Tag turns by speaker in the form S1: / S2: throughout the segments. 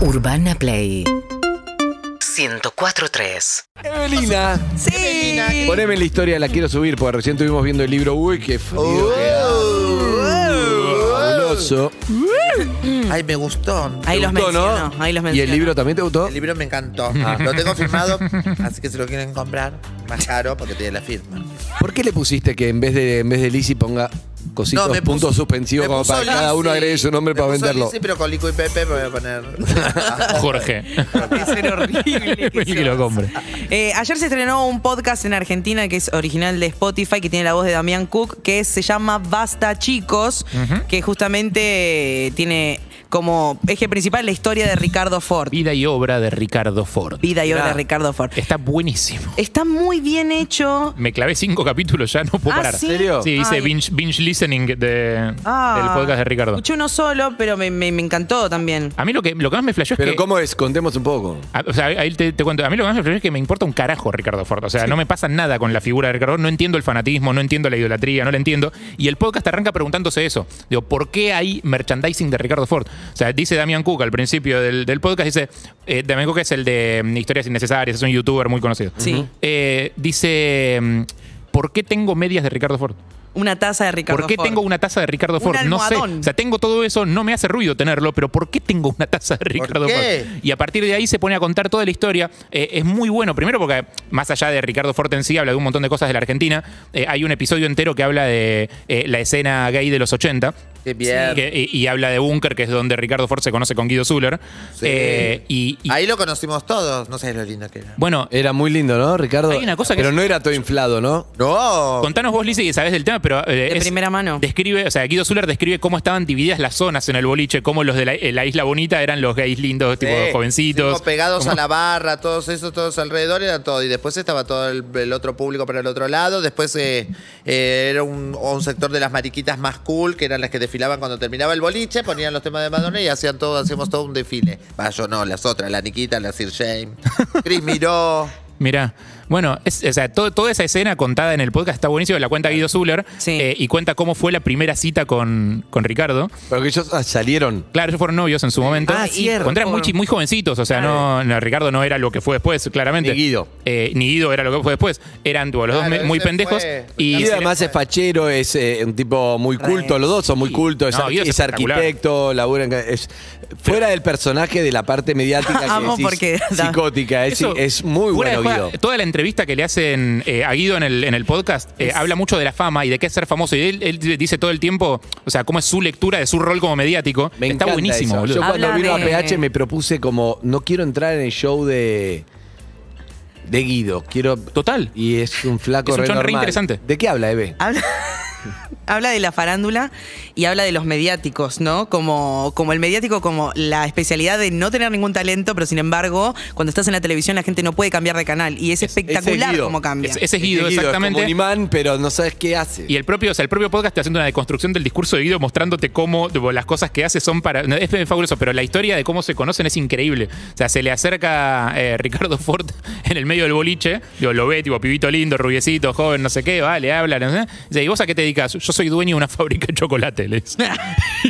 S1: Urbana Play 104.3
S2: Evelina,
S3: Sí.
S2: poneme la historia, la quiero subir, porque recién estuvimos viendo el libro. Uy, qué frío.
S3: Oh.
S2: Fabuloso.
S3: Ay, me gustó.
S4: Ahí
S2: ¿Te
S4: los
S2: gustó, no?
S4: menciono, ahí los
S2: ¿Y
S4: menciono.
S2: el libro también te gustó?
S3: El libro me encantó.
S2: Ah.
S3: Lo tengo firmado, así que si lo quieren comprar, más caro porque tiene la firma.
S2: ¿Por qué le pusiste que en vez de, en vez de Lizzy ponga cositos,
S3: No, me puso-
S2: puntos suspensivos,
S3: me
S2: como
S3: puso
S2: para que cada
S3: Lizzy.
S2: uno agregue su nombre
S3: Me
S2: para
S3: puso
S2: venderlo?
S3: Lizzy, pero con Lico y Pepe me voy a poner.
S5: Jorge.
S4: Ser horrible. que
S5: Y que
S4: sea.
S5: lo compre.
S4: Eh, ayer se estrenó un podcast en Argentina que es original de Spotify, que tiene la voz de Damián Cook, que se llama Basta Chicos, que justamente eh, tiene como eje principal la historia de Ricardo Ford.
S5: Vida y obra de Ricardo Ford.
S4: Vida y obra de Ricardo Ford.
S5: Está buenísimo.
S4: Está muy bien hecho.
S5: Me clavé cinco capítulos ya, no puedo
S4: Ah,
S5: parar.
S4: ¿sí?
S2: ¿En serio?
S5: Sí, hice
S4: Ay.
S5: binge, binge listening de-
S4: Ah.
S5: del podcast de Ricardo.
S4: Escuché uno solo, pero me, me- me encantó también.
S5: A mí lo que, lo que más me flasheó es
S2: Pero
S5: que.
S2: ¿cómo es? Contemos un poco.
S5: a- Ah, o sea, ahí te, te cuento. A mí lo que más me flasheó es que me importa un carajo Ricardo Ford. O sea, no me pasa nada con la figura de Ricardo. Ford. No entiendo el fanatismo, no entiendo la idolatría, no la entiendo. Y el podcast arranca preguntándose eso. Digo, ¿por qué hay merchandising de Ricardo Ford? O sea, dice Damián Cook al principio del, del podcast, dice. eh, Damián Cook es el de mm, Historias Innecesarias, es un youtuber muy conocido.
S4: Sí.
S5: Eh, dice, mm, ¿por qué tengo medias de Ricardo Ford?
S4: Una taza de Ricardo
S5: ¿Por qué
S4: Ford.
S5: tengo una taza de Ricardo
S4: Un
S5: Ford? No sé.
S4: almohadón.
S5: O sea, tengo todo eso, no me hace ruido tenerlo, pero ¿por qué tengo una taza de Ricardo
S3: qué?
S5: Ford? Y a partir de ahí se pone a contar toda la historia. Eh, es muy bueno, primero porque más allá de Ricardo Ford en sí, habla de un montón de cosas de la Argentina. Eh, hay un episodio entero que habla de eh, la escena gay de los 80.
S3: Qué bien.
S5: Que- y, y habla de Bunker, que es donde Ricardo Ford se conoce con Guido Zuller. Eh, y, y-
S3: Ahí lo conocimos todos. No sabes lo lindo que era.
S5: bueno,
S2: Era muy lindo, ¿no, Ricardo?
S5: Hay una cosa que
S2: Pero
S5: es-
S2: no era todo inflado, ¿no?
S3: No.
S5: Contanos vos, Lizzy, que sabés del tema, pero. eh,
S4: De primera mano.
S5: Describe, o sea, Guido Zuller describe cómo estaban divididas las zonas en el boliche, cómo los de la, eh, la isla bonita eran los gays lindos, tipo
S3: Sí.
S5: jovencitos.
S3: Tipo, pegados
S5: Como-
S3: a la barra, todos esos, todos alrededor, era todo. Y después estaba todo el, el otro público para el otro lado. Después eh, eh, era un, un sector de las mariquitas más cool, que eran las que desfilaban cuando terminaba el boliche, ponían los temas de Madonna y hacían todo, hacíamos todo un desfile. Va, yo no, las otras, la Nikita, la Sir James, Chris Miró.
S5: Mirá. Bueno, es- o sea, todo- toda esa escena contada en el podcast está buenísimo, la cuenta Guido Zuller
S4: Sí.
S5: eh, y cuenta cómo fue la primera cita con, con Ricardo.
S2: Porque ellos ah, salieron.
S5: Claro, ellos fueron novios en su momento.
S4: Ah,
S5: Y
S4: cierto.
S5: Cuando eran muy, chi- muy jovencitos, o sea, no, no, Ricardo no era lo que fue después, claramente.
S2: Ni Guido.
S5: Eh, ni Guido era lo que fue después. Eran tipo, los
S3: Claro,
S5: dos me- muy
S3: ese
S5: pendejos.
S3: fue.
S5: Y
S2: Y,
S5: se le-
S2: además es fachero, es eh, un tipo muy
S4: Re.
S2: culto, los dos son muy
S5: Sí.
S2: cultos, es,
S5: No,
S2: arqui-
S5: Guido es
S2: es arquitecto, labura en ca- es fuera del personaje de la parte mediática que
S4: Amo
S2: decís,
S4: porque-
S2: psicótica, es,
S5: Eso,
S2: es muy
S5: fuera de
S2: bueno
S5: joda,
S2: Guido.
S5: Toda la entrevista que le hacen eh, a Guido en el, en el podcast eh, habla mucho de la fama y de qué es ser famoso. Y él, él dice todo el tiempo, o sea, cómo es su lectura de su rol como mediático.
S2: Me
S5: Está
S2: encanta
S5: buenísimo,
S2: eso.
S5: boludo.
S2: Yo cuando
S4: Habla
S2: vino
S4: de-
S2: a PH me propuse como no quiero entrar en el show de de Guido, quiero
S5: Total.
S2: y es un flaco
S5: Es un
S2: re
S5: chabón re
S2: normal.
S5: interesante.
S2: ¿De qué habla Eve?
S4: Habla, habla de la farándula y habla de los mediáticos, ¿no? Como, como el mediático, como la especialidad de no tener ningún talento, pero sin embargo, cuando estás en la televisión la gente no puede cambiar de canal. Y es espectacular
S2: Guido.
S4: cómo cambia.
S5: Es- ese es Guido,
S2: es como un
S5: exactamente.
S2: imán, pero no sabes qué hace.
S5: Y el propio, o sea, el propio podcast está haciendo una deconstrucción del discurso de Guido mostrándote cómo tipo, las cosas que hace son para. no, Es fabuloso, pero la historia de cómo se conocen es increíble. O sea, se le acerca eh, Ricardo Ford en el medio del boliche, digo, lo ve, tipo, pibito lindo, rubiecito, joven, no sé qué, va, le habla, no sé. Dice, ¿y vos a qué te dedicas? Yo soy dueño de una fábrica de chocolate, le dice.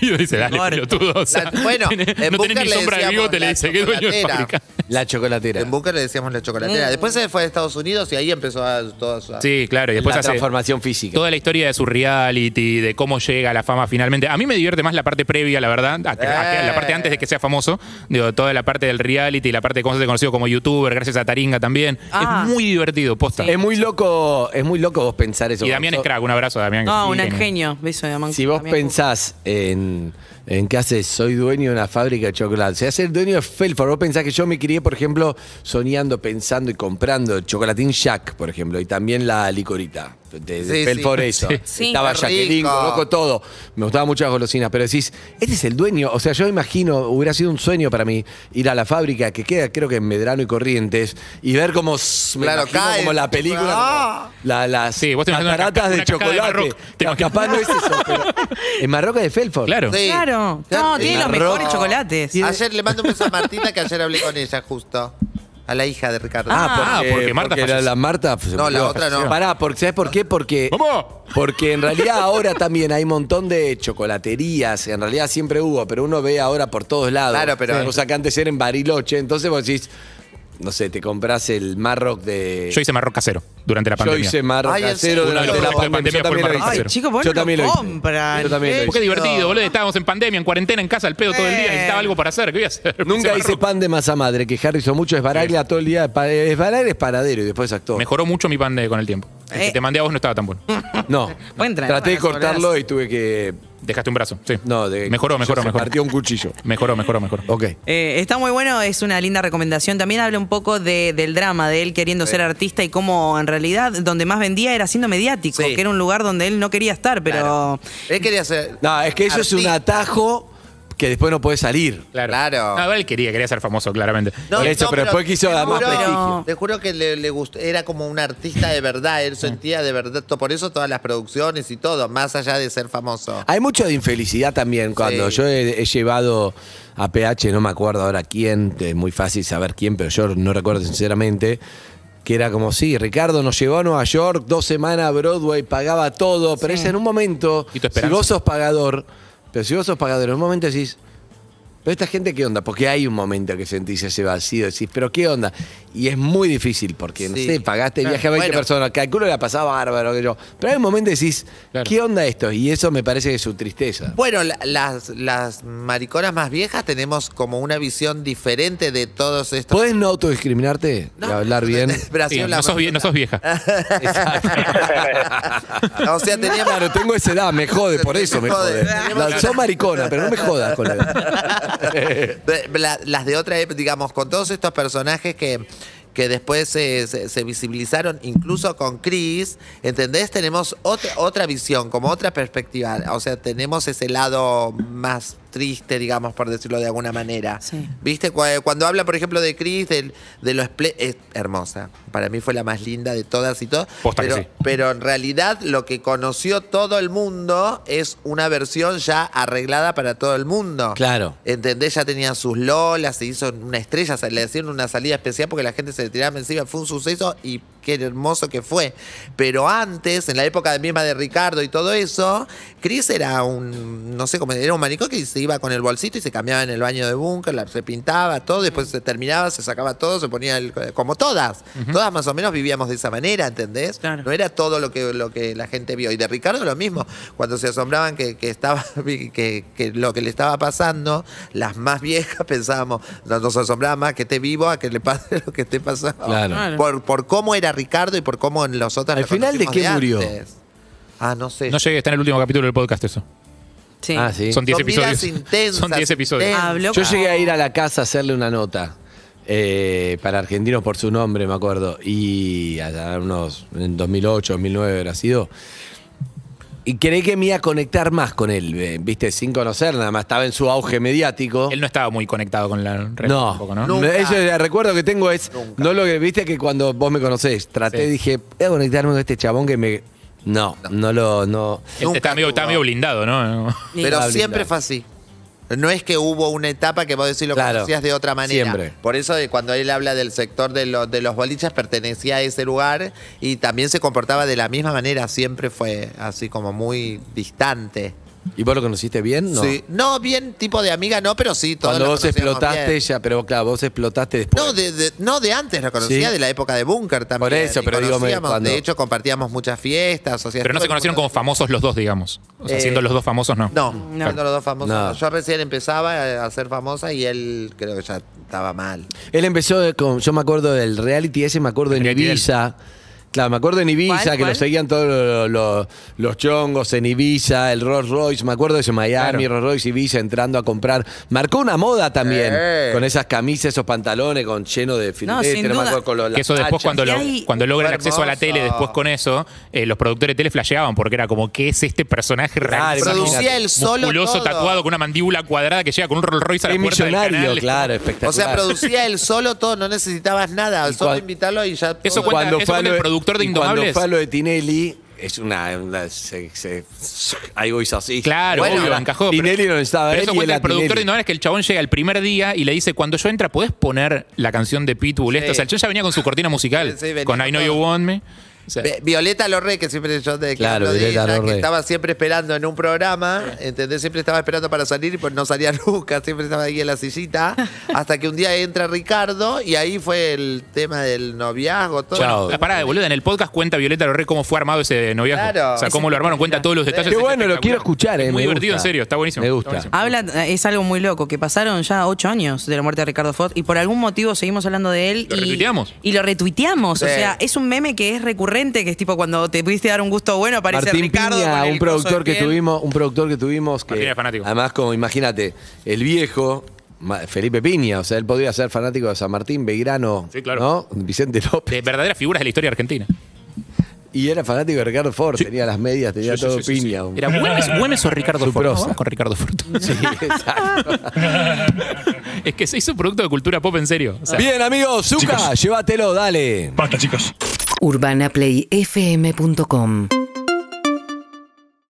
S5: Y yo dice, dale,
S4: Corto.
S5: pelotudo. o sea,
S3: La- bueno,
S5: tiene-
S3: en
S5: no tenés
S3: Bunker
S5: ni
S3: le
S5: sombra de
S3: decíamos
S5: bigote, le
S3: la
S5: dice, que dueño de
S3: chocolatera.
S5: fábrica.
S2: la chocolatera.
S3: En Bunker le decíamos la chocolatera. Después se fue a Estados Unidos y ahí empezó a, toda su.
S5: Sí, claro, y después
S2: la
S5: hace.
S2: transformación física.
S5: Toda la historia de su reality, de cómo llega a la fama finalmente. A mí me divierte más la parte previa, la verdad, a que- a que- a la parte antes de que sea famoso. Digo, toda la parte del reality, la parte de cómo se ha conocido como youtuber, gracias a Taringa también.
S4: Ah.
S5: Es muy divertido, posta.
S2: Es muy loco, es muy loco vos pensar eso.
S5: Y Damián es
S2: Vos-
S5: crack, un abrazo a Damián.
S4: No,
S5: Sí,
S4: Ah, un
S5: genio.
S4: genio. Beso de Amán-
S2: Si vos
S4: Damián Cook.
S2: pensás en, en qué haces, soy dueño de una fábrica de chocolate. Si haces el dueño de Felford, vos pensás que yo me crié, por ejemplo, soñando, pensando y comprando chocolatín Jack, por ejemplo, y también la licorita. De, de
S3: Sí,
S2: Felford
S3: sí.
S2: eso.
S4: Sí.
S2: Estaba
S3: Qué
S2: Jacqueline,
S3: rico.
S2: loco todo. Me gustaban muchas golosinas, pero decís, este es el dueño. O sea, yo imagino, hubiera sido un sueño para mí ir a la fábrica que queda, creo que en Medrano y Corrientes, y ver cómo, s- me
S3: Claro,
S2: imagino
S3: cae.
S2: como la película,
S3: Ah.
S2: como la- las
S5: Sí, vos te imaginas una
S2: cataratas de
S5: casca- una cascada de
S2: chocolate.
S5: Marroc. Te
S2: Ca-
S5: imaginas-
S2: capaz no es eso, pero en Marroca de Felford.
S5: Claro.
S3: Sí.
S4: Claro. No, tiene los
S2: Marroca.
S4: mejores chocolates.
S3: Ayer le mando un beso a Martina que ayer hablé con ella justo. a la hija de Ricardo.
S4: Ah,
S5: Ah, porque Marta
S2: era
S5: falleció.
S2: la Marta. se
S3: No, la
S2: murió.
S3: otra no.
S2: Pará, porque, ¿sabes por qué? Porque,
S5: ¡Vamos!
S2: porque en realidad ahora también hay un montón de chocolaterías. En realidad siempre hubo, pero uno ve ahora por todos lados.
S3: Claro, pero-
S2: Cosa que antes era en Bariloche. Entonces vos decís, no sé, te compras el Marrock de.
S5: Yo hice marroc casero durante la
S2: Yo
S5: pandemia.
S2: hice Marrock
S3: Ay, en
S2: casero
S3: serio.
S2: durante
S5: Uno de
S2: la
S5: los productos de
S2: pandemia. Yo
S5: pandemia fue el
S2: también lo
S5: Marrock
S2: hice.
S4: Ay,
S5: casero.
S4: chicos, vos
S2: Yo
S4: no lo
S2: también lo hice.
S4: compran.
S2: Yo también lo
S4: Eh,
S2: hice.
S5: Porque divertido, boludo. Estábamos en pandemia, en cuarentena, en casa, al pedo todo el día.
S4: Eh.
S5: Necesitaba algo para hacer. ¿Qué voy a hacer?
S2: Nunca hice
S5: marroc.
S2: pan de masa madre, que Harry hizo mucho, es Baraglia todo el día. pa- Es Baraglia es paradero y después actor.
S5: Mejoró mucho mi pan de- con el tiempo. El
S4: Eh.
S5: que te mandé a vos no estaba tan bueno.
S2: No.
S4: Pueden traer
S2: Traté de
S4: buenas
S2: cortarlo
S4: obras.
S2: y tuve que.
S5: Dejaste un brazo, sí.
S2: No, de.
S5: Mejoró, mejoró,
S2: se
S5: mejoró.
S2: Partió un cuchillo.
S5: Mejoró, mejoró, mejoró.
S2: Ok.
S4: Eh, está muy bueno, es una linda recomendación. También habla un poco de- del drama de él queriendo ser artista y cómo en realidad donde más vendía era siendo mediático,
S3: Sí.
S4: que era un lugar donde él no quería estar, pero
S3: Claro. Él quería ser.
S2: No, es que eso es un
S3: artista.
S2: atajo que después no puede salir.
S5: Claro.
S3: Claro.
S5: No, él quería, quería ser famoso, claramente.
S2: Por eso, pero después quiso
S3: te
S2: dar más
S3: juro-
S2: prestigio.
S3: Te juro que le, le gustó, era como un artista de verdad, él sentía de verdad, to- por eso todas las producciones y todo, más allá de ser famoso.
S2: Hay mucho de infelicidad también cuando
S3: Sí.
S2: yo he, he llevado a PH, no me acuerdo ahora quién, es muy fácil saber quién, pero yo no recuerdo sinceramente, que era como, sí, Ricardo nos llevó a Nueva York dos semanas a Broadway, pagaba todo, pero es en un momento,
S5: Y
S2: si
S5: tu esperanza.
S2: vos sos pagador, pero si vos sos pagador, en un momento decís, pero esta gente, ¿qué onda? Porque hay un momento que sentís ese vacío, decís, pero ¿qué onda? Y es muy difícil porque, no
S3: Sí.
S2: sé, pagaste
S3: Claro,
S2: viaje a 20
S3: bueno.
S2: personas, calculo la pasaba bárbaro que yo. Pero hay un momento que decís,
S5: Claro.
S2: ¿qué onda esto? Y eso me parece que es su tristeza.
S3: Bueno, la- las, las mariconas más viejas tenemos como una visión diferente de todos estos.
S2: ¿Puedes no autodiscriminarte y hablar bien?
S3: Brasil,
S5: Sí,
S3: la
S5: no, sos vie- no sos vieja.
S3: Ah. O sea, teníamos.
S2: Claro, tengo esa edad, me jode, por eso me
S3: Te jode.
S2: jode. La- Sos maricona, pero no me jodas con él.
S3: La- las de otra época, digamos, con todos estos personajes que, que después eh, se, se visibilizaron, incluso con Chris, ¿entendés? Tenemos otra, otra visión, como otra perspectiva. O sea, tenemos ese lado más triste, digamos, por decirlo de alguna manera.
S4: Sí.
S3: ¿Viste? Cu- Cuando habla, por ejemplo, de Chris, del- de los... Es hermosa. Para mí fue la más linda de todas y todo.
S5: Posta que
S3: pero,
S5: sí.
S3: pero en realidad lo que conoció todo el mundo es una versión ya arreglada para todo el mundo.
S2: Claro.
S3: ¿Entendés? Ya tenía sus lolas, se hizo una estrella, se le hacían una salida especial porque la gente se le tiraba encima, fue un suceso y qué hermoso que fue. Pero antes, en la época misma de Ricardo y todo eso, Chris era un, no sé cómo, era un manicón que se iba con el bolsito y se cambiaba en el baño de búnker, la- se pintaba todo, después se terminaba, se sacaba todo, se ponía el- como todas. Todas más o menos vivíamos de esa manera, ¿entendés?
S4: Claro.
S3: No era todo lo que, lo que la gente vio. Y de Ricardo lo mismo, cuando se asombraban que, que estaba, que, que lo que le estaba pasando, las más viejas pensábamos, no, nos asombraba más que esté vivo a que le pase lo que esté pasando.
S2: Claro.
S4: Claro.
S3: Por, por cómo era Ricardo y por cómo en los otros
S2: Al
S3: lo
S2: final, ¿de
S3: conocimos
S2: qué murió?
S3: antes. Ah, no sé.
S5: No llegué, está en el último capítulo del podcast eso.
S4: sí.
S2: Ah, sí.
S5: Son 10
S3: Son vidas
S5: episodios.
S3: intensas,
S5: Son 10 episodios.
S3: intensas.
S4: Habló
S2: Yo
S4: con-
S2: llegué a ir a la casa a hacerle una nota eh, para argentinos por su nombre, me acuerdo. Y allá unos, en 2008, 2009 habrá sido. Y creí que me iba a conectar más con él, eh, viste, sin conocer, nada más estaba en su auge mediático.
S5: Él no estaba muy conectado con la red.
S2: No,
S5: tampoco, ¿no?
S3: Nunca.
S2: Eso es el recuerdo que tengo es,
S3: Nunca.
S2: no lo que viste que cuando vos me conocés, traté,
S5: Sí.
S2: dije, voy a conectarme con este chabón que me... No, no, lo... No.
S5: Él
S3: Nunca
S5: Este, estaba medio, estaba
S3: tuvo.
S5: medio blindado, ¿no?
S3: Pero
S2: Habilidad.
S3: siempre fue así. No es que hubo una etapa que vos decís lo
S2: Claro,
S3: conocías de otra manera.
S2: siempre.
S3: Por eso de cuando él habla del sector de, lo- de los bolichas, pertenecía a ese lugar y también se comportaba de la misma manera. Siempre fue así como muy distante.
S2: ¿Y vos lo conociste bien? No.
S3: Sí. No, bien tipo de amiga, no, pero sí. todos
S2: Cuando
S3: lo
S2: vos
S3: conocíamos
S2: explotaste,
S3: bien.
S2: ya, pero claro, vos explotaste después.
S3: No de, de- no, de antes lo conocía,
S2: Sí.
S3: de la época de Búnker también.
S2: Por eso,
S3: Y
S2: pero digo, me-
S3: conocíamos,
S2: cuando-
S3: De hecho, compartíamos muchas fiestas. o sea,
S5: Pero no
S3: todo
S5: se
S3: el
S5: conocieron
S3: mundo-
S5: como famosos los dos, digamos. O sea,
S3: Eh,
S5: siendo los dos famosos, no.
S3: No,
S4: No.
S3: siendo los dos famosos.
S2: No.
S3: no. Yo recién empezaba eh, a ser famosa y él creo que ya estaba mal.
S2: Él empezó de- con, yo me acuerdo del reality ese, me acuerdo en
S5: reality del-
S2: Ibiza. Claro, me acuerdo en Ibiza,
S4: ¿Cuál,
S2: que lo
S4: cuál?
S2: seguían todos lo- lo- lo- los chongos en Ibiza, el Rolls Royce, me acuerdo de eso, Miami, Rolls Royce, Ibiza, entrando a comprar. Marcó una moda también,
S3: Eh.
S2: con esas camisas, esos pantalones, con lleno de filete,
S4: sin
S2: me
S4: duda.
S2: acuerdo, con los-
S5: Que eso
S2: las
S5: después
S2: tachas.
S5: cuando, lo-
S4: Y hay-
S5: cuando logra el
S3: Ah, Hermoso.
S5: acceso a la tele, después con eso, eh, los productores de tele flasheaban porque era como, ¿qué es este personaje
S2: Claro,
S5: rarísimo,
S3: Producía el solo
S5: musculoso,
S3: todo.
S5: tatuado, con una mandíbula cuadrada que llega con un Rolls Royce a
S2: Qué
S5: la puerta del
S2: millonario,
S5: canal?
S2: claro,
S3: O
S2: espectacular.
S3: sea, producía él solo todo, no necesitabas nada, solo
S2: cuan-
S3: invitarlo y ya todo.
S5: Eso cuenta-
S2: cuando
S5: eso
S2: fue a
S5: cuenta
S2: lo-
S5: el productor de
S2: y Cuando
S5: Indomables.
S2: fue a lo de Tinelli, es una. una- se- se- algo hizo así.
S5: Claro, obvio, encajó. pero-
S2: Tinelli no estaba
S5: Pero
S2: él y él
S5: eso cuenta
S2: a
S5: el productor
S2: Tinelli.
S5: de Innovadores que el chabón llega el primer día y le dice, cuando yo entra, ¿podés poner la canción de Pitbull? Esto?
S3: Sí.
S5: O sea, el chabón ya venía con su cortina musical,
S3: Sí, sí, venía
S5: con I
S3: con
S5: Know You
S3: todo.
S5: Want Me. O sea,
S3: Ve- Violeta Lorre, que siempre yo de
S2: Claro,
S3: Carlos
S2: Violeta
S3: Díaz,
S2: Lorre.
S3: que estaba siempre esperando en un programa, ¿entendés? Siempre estaba esperando para salir y pues no salía nunca, siempre estaba ahí en la sillita, hasta que un día entra Ricardo y ahí fue el tema del noviazgo, todo.
S2: Chao.
S5: Ah, Pará, boludo, en el podcast cuenta Violeta Lorre cómo fue armado ese noviazgo.
S3: Claro.
S5: O sea, cómo lo armaron, cuenta todos los detalles.
S2: Qué
S5: es
S2: bueno, lo
S5: espectacular.
S2: quiero escuchar, eh.
S5: Es muy
S2: me
S5: divertido,
S2: gusta.
S5: en serio, está buenísimo. Ah,
S2: Me
S5: está
S2: gusta.
S5: buenísimo.
S4: Habla, eh, es algo muy loco, que pasaron ya ocho años de la muerte de Ricardo Ford y por algún motivo seguimos hablando de él.
S5: Lo
S4: y,
S5: retuiteamos.
S4: Y lo retuiteamos. O
S3: Sí.
S4: sea, es un meme que es recurrente, que es tipo cuando te pudiste dar un gusto bueno, aparece
S2: Martín
S4: Ricardo.
S2: Piña,
S4: con el
S2: un
S4: coso de
S2: productor que
S4: piel.
S2: tuvimos, un productor que tuvimos que
S5: Martín era fanático.
S2: además como imagínate, el viejo Ma- Felipe Piña, o sea, él podría ser fanático de San Martín, Belgrano,
S5: Sí, claro.
S2: ¿no? Vicente López.
S5: De verdaderas figuras de la historia argentina.
S2: Y era fanático de Ricardo Ford, tenía las medias, tenía
S5: Sí, sí,
S2: todo
S5: sí, sí, sí.
S2: Piña.
S5: ¿Era Güemes, Güemes o Ricardo
S2: Su
S5: Ford? No,
S2: prosa.
S5: vamos con Ricardo Ford.
S2: Sí, exacto.
S5: es que se hizo un producto de cultura pop en serio. O sea,
S2: Bien, amigos, Zuka, llévatelo, dale.
S1: Basta, chicos.
S6: urbanaplayfm.com